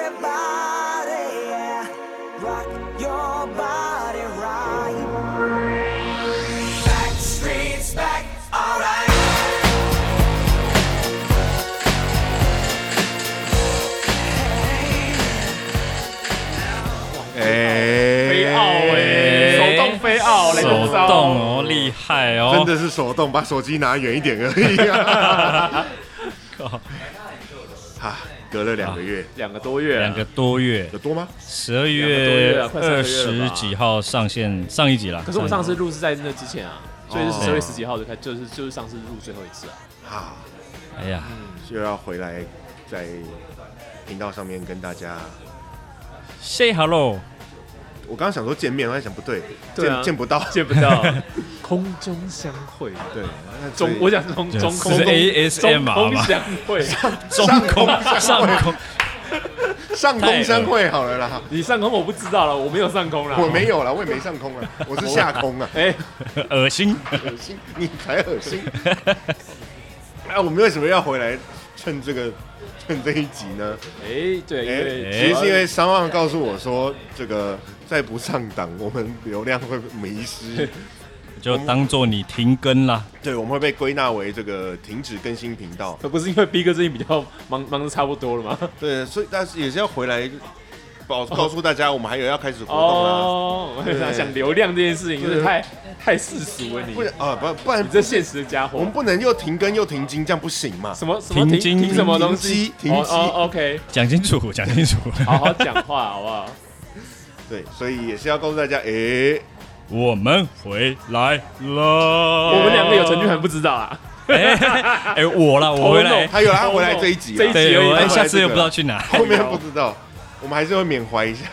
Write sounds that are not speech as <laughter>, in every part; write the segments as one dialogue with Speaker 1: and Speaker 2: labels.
Speaker 1: Everybody, yeah, rock your body right. Back streets back, alright. Hey.
Speaker 2: 哎，
Speaker 3: 飞奥哎，手动飞奥，雷
Speaker 4: 手
Speaker 3: 动
Speaker 4: 动哦，厉害哦，
Speaker 2: 真的是手动，把手机拿远一点而已
Speaker 3: <laughs>
Speaker 2: 啊。啊，隔了两个月，
Speaker 3: 两个多月，
Speaker 4: <laughs>
Speaker 3: 啊
Speaker 4: 两个。多月
Speaker 2: 有，多吗？
Speaker 4: 十二
Speaker 3: 两个多
Speaker 4: 月
Speaker 3: 月啊快三
Speaker 4: 二
Speaker 3: 个月了
Speaker 4: 十
Speaker 3: 吧
Speaker 4: 几号上线上一集了。
Speaker 3: 可是我们上
Speaker 4: 一集
Speaker 3: 次录是在那之前啊，
Speaker 4: 嗯
Speaker 3: 所以是
Speaker 2: 哦
Speaker 3: 十二月十几号就开，就是就是上次录最后一次啊。
Speaker 2: 啊，
Speaker 4: 哎呀，
Speaker 2: 就要回来在频道上面跟大家。
Speaker 4: say hello，
Speaker 2: 我刚刚想说见面，我在想不对，
Speaker 3: 对啊
Speaker 2: 见见不
Speaker 3: <laughs>
Speaker 2: 到，
Speaker 3: 见不
Speaker 4: <laughs>
Speaker 3: 到，空中相会，
Speaker 2: 对，那所以
Speaker 3: 啊中我讲中
Speaker 4: 对
Speaker 3: 中
Speaker 4: 是
Speaker 3: 空中
Speaker 4: ASMR
Speaker 3: 中空
Speaker 4: 吧
Speaker 3: 相会，
Speaker 4: <laughs> 中空上空，
Speaker 2: 上空相会好了啦。
Speaker 3: 你上空我不知道了，我没有上空啦，
Speaker 2: 我没有啦，我也没上
Speaker 3: <laughs>
Speaker 2: 空啊，我是下空啊，
Speaker 3: 哎，
Speaker 4: 恶心。
Speaker 2: 恶心，你才恶心。 <laughs> 哎，我们为什么要回来趁这个趁这一集呢？
Speaker 3: 哎，对，因为
Speaker 2: 其实是因为商旺告诉我说，这个再不上档，我们流量会迷失，
Speaker 4: 就当做你停更啦。
Speaker 2: 对，我们会被归纳为这个停止更新频道。
Speaker 3: 可不是因为逼哥最近比较 <laughs> 忙，忙的差不多了吗？
Speaker 2: 对，所以但是也是要回来告告诉大家，我们还有要开始活动啦。
Speaker 3: 哦，我
Speaker 2: 对
Speaker 3: <laughs> 想想流量这件事情，真的太太世俗了，你
Speaker 2: 不然啊，不不然
Speaker 3: 你这现实的家
Speaker 2: 我
Speaker 3: 伙
Speaker 2: 们。不能又停更又停经，这样不行嘛。
Speaker 3: 什么什么
Speaker 4: 停
Speaker 3: 停
Speaker 4: 经
Speaker 3: 停什么东
Speaker 2: 停
Speaker 3: 西？
Speaker 2: 机停机
Speaker 3: 哦哦，OK，
Speaker 4: 讲清楚，讲清楚。
Speaker 3: 好好讲话好
Speaker 2: <laughs>
Speaker 3: 不好？
Speaker 2: 对，所以也是要告诉大家，诶，
Speaker 4: <laughs> 我们回来了。
Speaker 3: 我们两个有陈俊涵不知道啊，
Speaker 4: <laughs> 哎哎哎，我啦，我回来。
Speaker 2: 他有啦他回来这一集啊，
Speaker 3: 这一集
Speaker 4: 对，我
Speaker 3: 他回
Speaker 4: 哎
Speaker 3: 来
Speaker 4: 下次又不知道去哪，
Speaker 2: 后面不知道，我们还是会缅怀一下，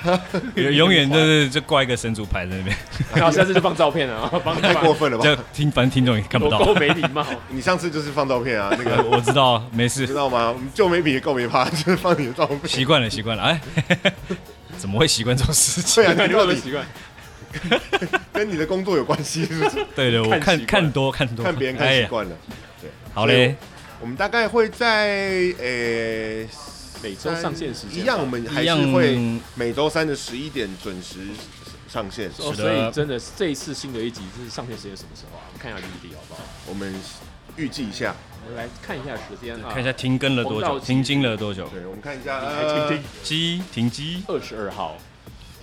Speaker 4: 永远就是就挂一个神主牌在那
Speaker 3: <laughs>
Speaker 4: 边，
Speaker 3: 然后下次就放照片
Speaker 2: <laughs>
Speaker 3: 了，帮
Speaker 2: 太过
Speaker 3: 放
Speaker 2: 分了
Speaker 4: 就
Speaker 2: 吧？
Speaker 4: 听反正听众也看不到
Speaker 3: 我。够没礼貌。
Speaker 2: 你上次就是放照片啊，那个
Speaker 4: 我知道，没
Speaker 2: 你知
Speaker 4: 事，
Speaker 2: 道吗？我们旧眉笔告别趴就是放你的照片。
Speaker 4: 习惯了，习惯了。哎， <laughs> 怎么会习惯这种事情
Speaker 2: 对？啊，
Speaker 3: 看
Speaker 2: 你
Speaker 3: 你
Speaker 2: 到
Speaker 3: 有没有
Speaker 2: 底
Speaker 3: 习惯？
Speaker 2: 跟你的工作有关系，是不
Speaker 4: <laughs>
Speaker 2: 是？
Speaker 4: 对对，我
Speaker 3: 看
Speaker 4: 看
Speaker 3: 习惯
Speaker 4: 看多看多，
Speaker 2: 看别人看
Speaker 4: 哎
Speaker 2: 习
Speaker 4: 呀
Speaker 2: 惯了。对，
Speaker 4: 好嘞，
Speaker 2: 我们大概会在诶
Speaker 3: 每周上线时间吧哦
Speaker 2: 一样，我们还
Speaker 4: 一
Speaker 2: 是
Speaker 4: 样
Speaker 2: 会每周三的十一点准时上线。
Speaker 3: 哦，
Speaker 4: 是
Speaker 3: 所
Speaker 4: 的
Speaker 3: 以真的这一次新的一集就是上线时间什么时候啊？我们看一下日历好不好？
Speaker 2: 我们预计一下，
Speaker 3: 我们来看一下时间啊，
Speaker 4: 看一下停更了多
Speaker 3: 红
Speaker 4: 久，
Speaker 3: 到几
Speaker 4: 停经了多久，
Speaker 2: 对，我们看一下，
Speaker 3: 来听
Speaker 2: 呃
Speaker 3: 听，
Speaker 4: 鸡停鸡
Speaker 3: 二十二号，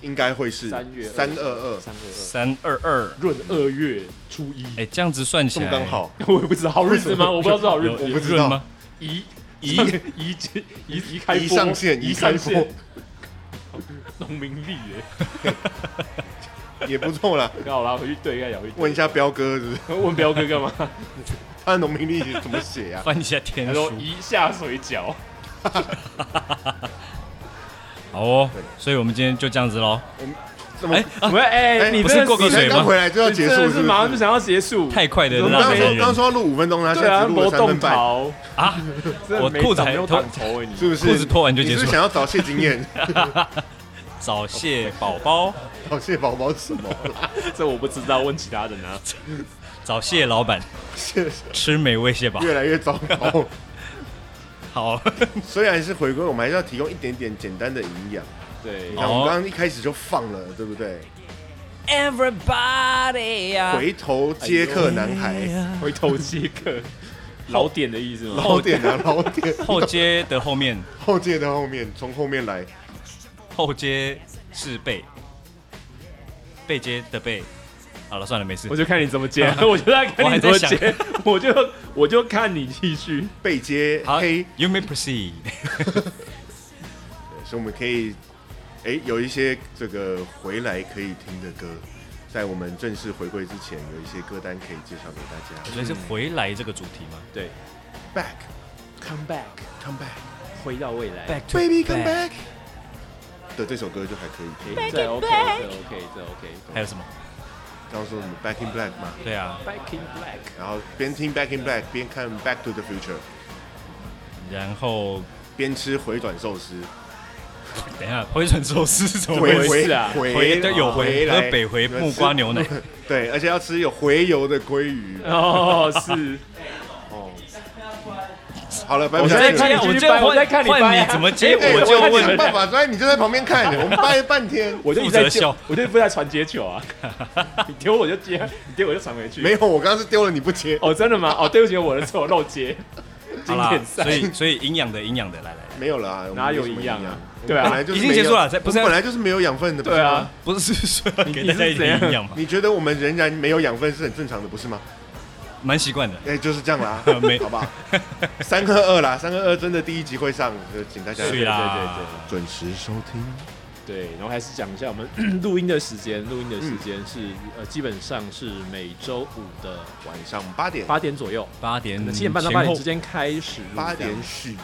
Speaker 2: 应该会是
Speaker 3: 三月
Speaker 2: 三二二，
Speaker 3: 三月二，
Speaker 4: 三二二，
Speaker 3: 闰二月初一。
Speaker 4: 哎，这样子算起
Speaker 2: 这
Speaker 4: 来
Speaker 2: 么刚，好，
Speaker 3: 我也不知道好日子吗？我不知道是好日
Speaker 4: 有
Speaker 3: 子。
Speaker 2: 我
Speaker 4: 有
Speaker 2: 不知道
Speaker 4: 润吗？
Speaker 3: 一一一一一开
Speaker 2: 一
Speaker 3: 播
Speaker 2: 上线一
Speaker 3: 一
Speaker 2: 开
Speaker 3: 上
Speaker 2: 播
Speaker 3: 线， <laughs> 农民历耶。
Speaker 4: 哎
Speaker 2: 也不错啦。
Speaker 3: 好啦，回去对一下姚一。
Speaker 2: 问一下彪哥，是不是
Speaker 3: 问彪哥干 <laughs> 嘛？
Speaker 2: 他的农民历怎么写啊？
Speaker 4: 翻一下天
Speaker 3: 他
Speaker 4: 书 <laughs>
Speaker 3: 说，一下水饺。
Speaker 4: 好哦
Speaker 2: 对，
Speaker 4: 所以我们今天就这样子喽。
Speaker 2: 怎么
Speaker 4: 哎？啊，
Speaker 3: 喂，哎，你
Speaker 2: 不
Speaker 4: 是
Speaker 3: 真的
Speaker 4: 过个
Speaker 2: 你
Speaker 4: 水
Speaker 2: 才
Speaker 4: 吗
Speaker 2: 刚回来就要
Speaker 3: 你
Speaker 2: 结
Speaker 3: 真
Speaker 2: 束，是
Speaker 3: 的
Speaker 2: 不
Speaker 3: 是
Speaker 2: 是
Speaker 3: 马上就想要结束，
Speaker 4: 太快的
Speaker 3: 我们
Speaker 2: 刚
Speaker 4: 让
Speaker 2: 刚
Speaker 4: 人
Speaker 2: 说刚
Speaker 4: 员
Speaker 2: 说录五分钟，他现
Speaker 3: 对
Speaker 2: 在
Speaker 3: 啊，
Speaker 2: 只录了
Speaker 3: 搏
Speaker 2: 三
Speaker 3: 动
Speaker 2: 分半，
Speaker 3: 逃，
Speaker 4: 啊，
Speaker 3: 真的
Speaker 4: 我
Speaker 3: 没
Speaker 4: 裤子
Speaker 3: 长
Speaker 4: 还
Speaker 3: 没有
Speaker 4: 脱
Speaker 3: 挡头哎，你
Speaker 2: 是不是？
Speaker 4: 裤子脱完就结
Speaker 2: 你
Speaker 4: 束
Speaker 2: 是不是想要找谢金燕，
Speaker 4: 早泄宝宝，
Speaker 2: 找谢宝宝什么？
Speaker 3: 这我不知道，问其他人啊。
Speaker 4: 早泄老板，
Speaker 2: 谢
Speaker 4: 吃美味蟹堡。
Speaker 2: 越来越糟糕。 <laughs>
Speaker 4: 好， <laughs>
Speaker 2: 虽然是回归，我们还是要提供一点点简单的营养。
Speaker 3: 对
Speaker 2: 你，看，我们刚刚一开始就放了，对不对？
Speaker 4: Everybody 呀、
Speaker 2: 回头接客男孩，
Speaker 3: 回头接客，老点的意思吗？
Speaker 2: 哦老点啊，老点，
Speaker 4: 后街的后面，
Speaker 2: 后街的后面，从后面来，
Speaker 4: 后街是背，背街的背。好了，算了，没事
Speaker 3: 我。就看你怎么接，
Speaker 2: 哦
Speaker 3: 我就在看你怎么接，我就我就看你继续。
Speaker 2: 背接
Speaker 4: 好
Speaker 2: 黑，
Speaker 4: ，You may proceed。
Speaker 2: 所以我们可以，哎，有一些这个回来可以听的歌，在我们正式回归之前，有一些歌单可以介绍给大家。
Speaker 4: 所以是回来这个主题吗
Speaker 3: 对
Speaker 2: Back，come
Speaker 3: ，Come back，
Speaker 2: back，baby
Speaker 3: 回到未来。
Speaker 4: ？Back to
Speaker 2: come back 的这首歌就还可以听。
Speaker 3: 这 OK，这 OK，这 OK。
Speaker 4: 还有什么？
Speaker 2: 刚刚说我们 Back in Black 嘛，
Speaker 4: 对啊，
Speaker 3: Back in Black。
Speaker 2: 然后边听 Back in Black 边看 Back to the Future，
Speaker 4: 然后
Speaker 2: 边吃回转寿司，
Speaker 4: 等一下，回转寿司是怎么
Speaker 3: 回
Speaker 4: 回事？
Speaker 3: 啊
Speaker 2: 回
Speaker 4: 回的有
Speaker 2: 回
Speaker 4: 回，
Speaker 2: 来
Speaker 4: 喝北回木瓜牛
Speaker 3: <laughs>
Speaker 4: 奶，
Speaker 2: <laughs>
Speaker 4: 哦
Speaker 2: 对，而且要吃有回油的鲑鱼。
Speaker 3: 哦，是，
Speaker 2: 哦，好了，拜
Speaker 3: 我
Speaker 4: 我
Speaker 3: 现
Speaker 4: 在
Speaker 2: 拜
Speaker 3: 在看
Speaker 2: 拜。
Speaker 4: 接，
Speaker 3: 你继
Speaker 4: 我
Speaker 3: 续
Speaker 4: 就
Speaker 3: 掰
Speaker 4: 换
Speaker 3: 我在看你
Speaker 4: 换
Speaker 3: 掰啊
Speaker 4: 你怎么接，
Speaker 3: 哎
Speaker 4: 我就
Speaker 3: 我看你
Speaker 4: 问
Speaker 2: 没
Speaker 3: 们
Speaker 2: 办法，所以你就在旁边
Speaker 4: <laughs>
Speaker 2: 看，我们掰了半天。
Speaker 3: 我就一直
Speaker 4: 负
Speaker 3: 在
Speaker 4: 责
Speaker 3: 接
Speaker 4: 笑，
Speaker 3: 我就不在传接球 <laughs> 啊，你丢我就接，你丢我就传回去。
Speaker 2: 没有，我刚刚是丢了你不接。
Speaker 3: 哦，真的吗？哦，对不起，我的错漏 <laughs> 接。
Speaker 4: 好
Speaker 3: 经
Speaker 4: 啦
Speaker 3: 典，赛
Speaker 4: 所，以所以营养的营养的，来来来，
Speaker 2: 没有了啊，我们
Speaker 3: 哪有
Speaker 2: 没什么
Speaker 3: 一样啊
Speaker 2: 营养我们
Speaker 3: 对啊
Speaker 2: 本来就是
Speaker 4: 已经
Speaker 2: 没有
Speaker 4: 结束了这不是啊
Speaker 2: 我们本来就是没有养分的，不
Speaker 3: 对
Speaker 2: 是吗
Speaker 3: 啊。，
Speaker 4: 不是说要给
Speaker 3: 你
Speaker 4: 大家
Speaker 3: 是
Speaker 4: 一
Speaker 3: 怎
Speaker 4: 点
Speaker 3: 样
Speaker 4: 营养吗？
Speaker 2: 你觉得我们仍然没有养分是很正常的，不是吗？
Speaker 4: 蛮习惯的，，
Speaker 2: 哎，就是这样啦
Speaker 4: 没
Speaker 2: 好吧？三和二啦，三和二真的第一集会上，就请大家
Speaker 4: 是啊啦
Speaker 2: 准时收听。
Speaker 3: 对，然后还是讲一下我们 <coughs> 录音的时间，录音的时间是、呃，基本上是每周五的
Speaker 2: 晚上八点，
Speaker 3: 八点左右，
Speaker 4: 八点
Speaker 3: 可能七点半到
Speaker 4: 前
Speaker 3: 八点
Speaker 4: 后
Speaker 3: 之间开始录这样，
Speaker 2: 八点许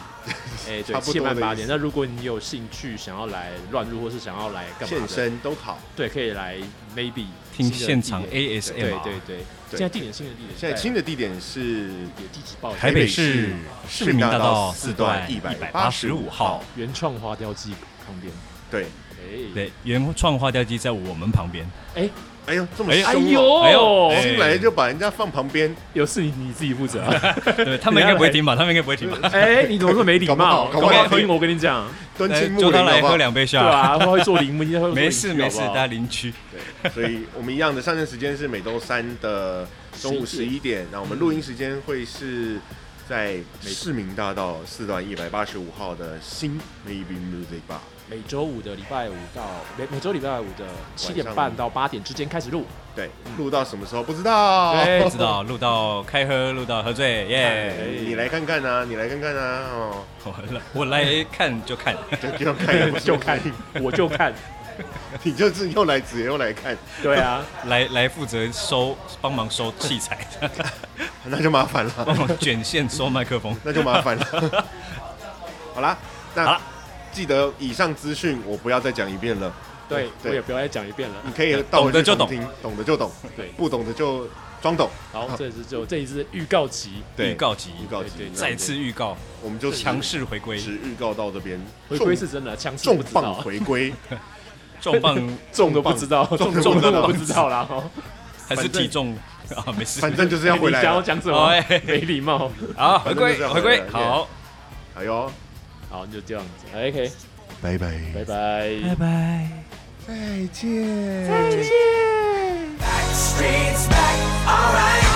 Speaker 3: 哎、
Speaker 2: 差不
Speaker 3: 对，
Speaker 2: 多
Speaker 3: 七点半
Speaker 2: 的
Speaker 3: 八
Speaker 2: 意
Speaker 3: 点。
Speaker 2: 思
Speaker 3: 那如果你有兴趣想要来乱入，或是想要来干嘛
Speaker 2: 现
Speaker 3: 的，
Speaker 2: 身都好。
Speaker 3: 对，可以来 maybe
Speaker 4: 听
Speaker 3: 新的
Speaker 4: 现场
Speaker 3: 地点
Speaker 4: ASMR，
Speaker 3: 对对对，现在地点新的地点，
Speaker 2: 现在新的地点是
Speaker 3: 也地址报
Speaker 4: 台北市
Speaker 2: 市
Speaker 4: 市民
Speaker 2: 民
Speaker 4: 大
Speaker 2: 大
Speaker 4: 道
Speaker 2: 道
Speaker 4: 四
Speaker 2: 四
Speaker 4: 段
Speaker 2: 段
Speaker 4: 一
Speaker 2: 一
Speaker 4: 百
Speaker 2: 百
Speaker 4: 八
Speaker 2: 八
Speaker 4: 十
Speaker 2: 十
Speaker 4: 五
Speaker 2: 五
Speaker 4: 号
Speaker 2: 号，
Speaker 3: 原创花雕鸡旁边，
Speaker 2: 对。
Speaker 3: 哎、
Speaker 4: 对，原创花雕鸡在我们旁边，
Speaker 3: 哎、
Speaker 2: 哎呦，这么
Speaker 4: 哎
Speaker 2: 凶、哦！
Speaker 4: 哎
Speaker 3: 哎呦，
Speaker 4: 呦哎
Speaker 2: 进来就把人家放旁边，
Speaker 3: 有事你你自己
Speaker 4: <laughs>
Speaker 3: 负责、啊。
Speaker 4: <laughs> 对他们应该不会听吧？他们应该不会听 <laughs> 吧？
Speaker 3: 哎、你怎么这么没礼
Speaker 2: 搞不
Speaker 3: 貌？
Speaker 2: 好搞不好
Speaker 3: 听我跟你讲，
Speaker 2: 蹲
Speaker 4: 来
Speaker 2: 青木
Speaker 4: 叫
Speaker 2: 林
Speaker 4: 他哎来
Speaker 2: 好不
Speaker 4: 喝
Speaker 2: 好？
Speaker 4: 两杯下
Speaker 3: 对，啊，
Speaker 4: <laughs>
Speaker 3: 他会做铃木，他会做
Speaker 4: 没事
Speaker 3: 铃木
Speaker 4: 没事，
Speaker 3: 好不
Speaker 4: 大
Speaker 3: 好
Speaker 4: 家邻居，
Speaker 2: 对，所以我们一样的上线时间是每周三的中午十一点，那我们录音时间会是在市民大道四段一百八十五号的新 Maybe Music Bar。
Speaker 3: 每周五的礼拜五到每每周礼拜五的七点半到八点之间开始录。
Speaker 2: 对，录到什么时候不知道？
Speaker 3: 对
Speaker 2: <laughs>
Speaker 4: 不知道录到开喝，录到喝醉，
Speaker 2: 哎
Speaker 4: 耶！
Speaker 2: 你来看看啊，你来看看啊，
Speaker 3: <laughs>
Speaker 2: 哦，
Speaker 4: 我来我来看就看，
Speaker 2: 就就看
Speaker 3: 就看，我就看，
Speaker 2: 你就是又来只又来看， <laughs>
Speaker 3: 对啊，
Speaker 4: 来来负责收帮忙收器材， <laughs>
Speaker 2: 那就麻烦
Speaker 4: 帮
Speaker 3: <laughs>
Speaker 2: 了，
Speaker 4: 忙卷线收麦克风。
Speaker 2: 那就麻烦了。好啦，
Speaker 4: 好
Speaker 2: 那
Speaker 4: 啦
Speaker 2: 记得以上资讯我不要再讲一遍了。
Speaker 3: 对，我
Speaker 2: 对
Speaker 3: 也不要再讲一遍了
Speaker 2: 你。可以倒回去
Speaker 4: 懂得就懂
Speaker 2: 重听，懂的就懂，
Speaker 3: 对，
Speaker 2: 不懂的就装懂。
Speaker 3: 好，这次就这一次预告集，
Speaker 2: 对
Speaker 4: 预告集，
Speaker 2: 预告集
Speaker 3: 对对，
Speaker 4: 再次预告，
Speaker 2: 我们就
Speaker 4: 强势回归，
Speaker 2: 只预告到这边，
Speaker 3: 回归是真的，枪
Speaker 2: 重重
Speaker 3: 手不知
Speaker 2: 磅
Speaker 3: 道，
Speaker 2: 回归，
Speaker 4: 重磅
Speaker 3: 重都不知道，
Speaker 2: 重
Speaker 3: 重
Speaker 2: 磅
Speaker 3: 重
Speaker 2: 重
Speaker 3: 都
Speaker 2: 磅
Speaker 3: 不知道啦。哦
Speaker 4: 还是体重啊？没事，
Speaker 2: 反正就是要回来
Speaker 3: <laughs> 你想要
Speaker 2: 了。
Speaker 3: 讲什
Speaker 4: 好
Speaker 3: 么
Speaker 4: 哎？
Speaker 3: 没礼貌。
Speaker 4: 好
Speaker 2: 反正
Speaker 4: 回
Speaker 2: 就是
Speaker 4: 归
Speaker 2: 要
Speaker 4: 回
Speaker 2: 回来
Speaker 4: 归
Speaker 2: 对
Speaker 4: 好。
Speaker 2: 哎呦，
Speaker 3: 好，就这样子。OK，
Speaker 2: 拜拜，
Speaker 3: 拜拜。
Speaker 4: 拜。
Speaker 2: 再见，再见。
Speaker 1: Backstreet's back, alright.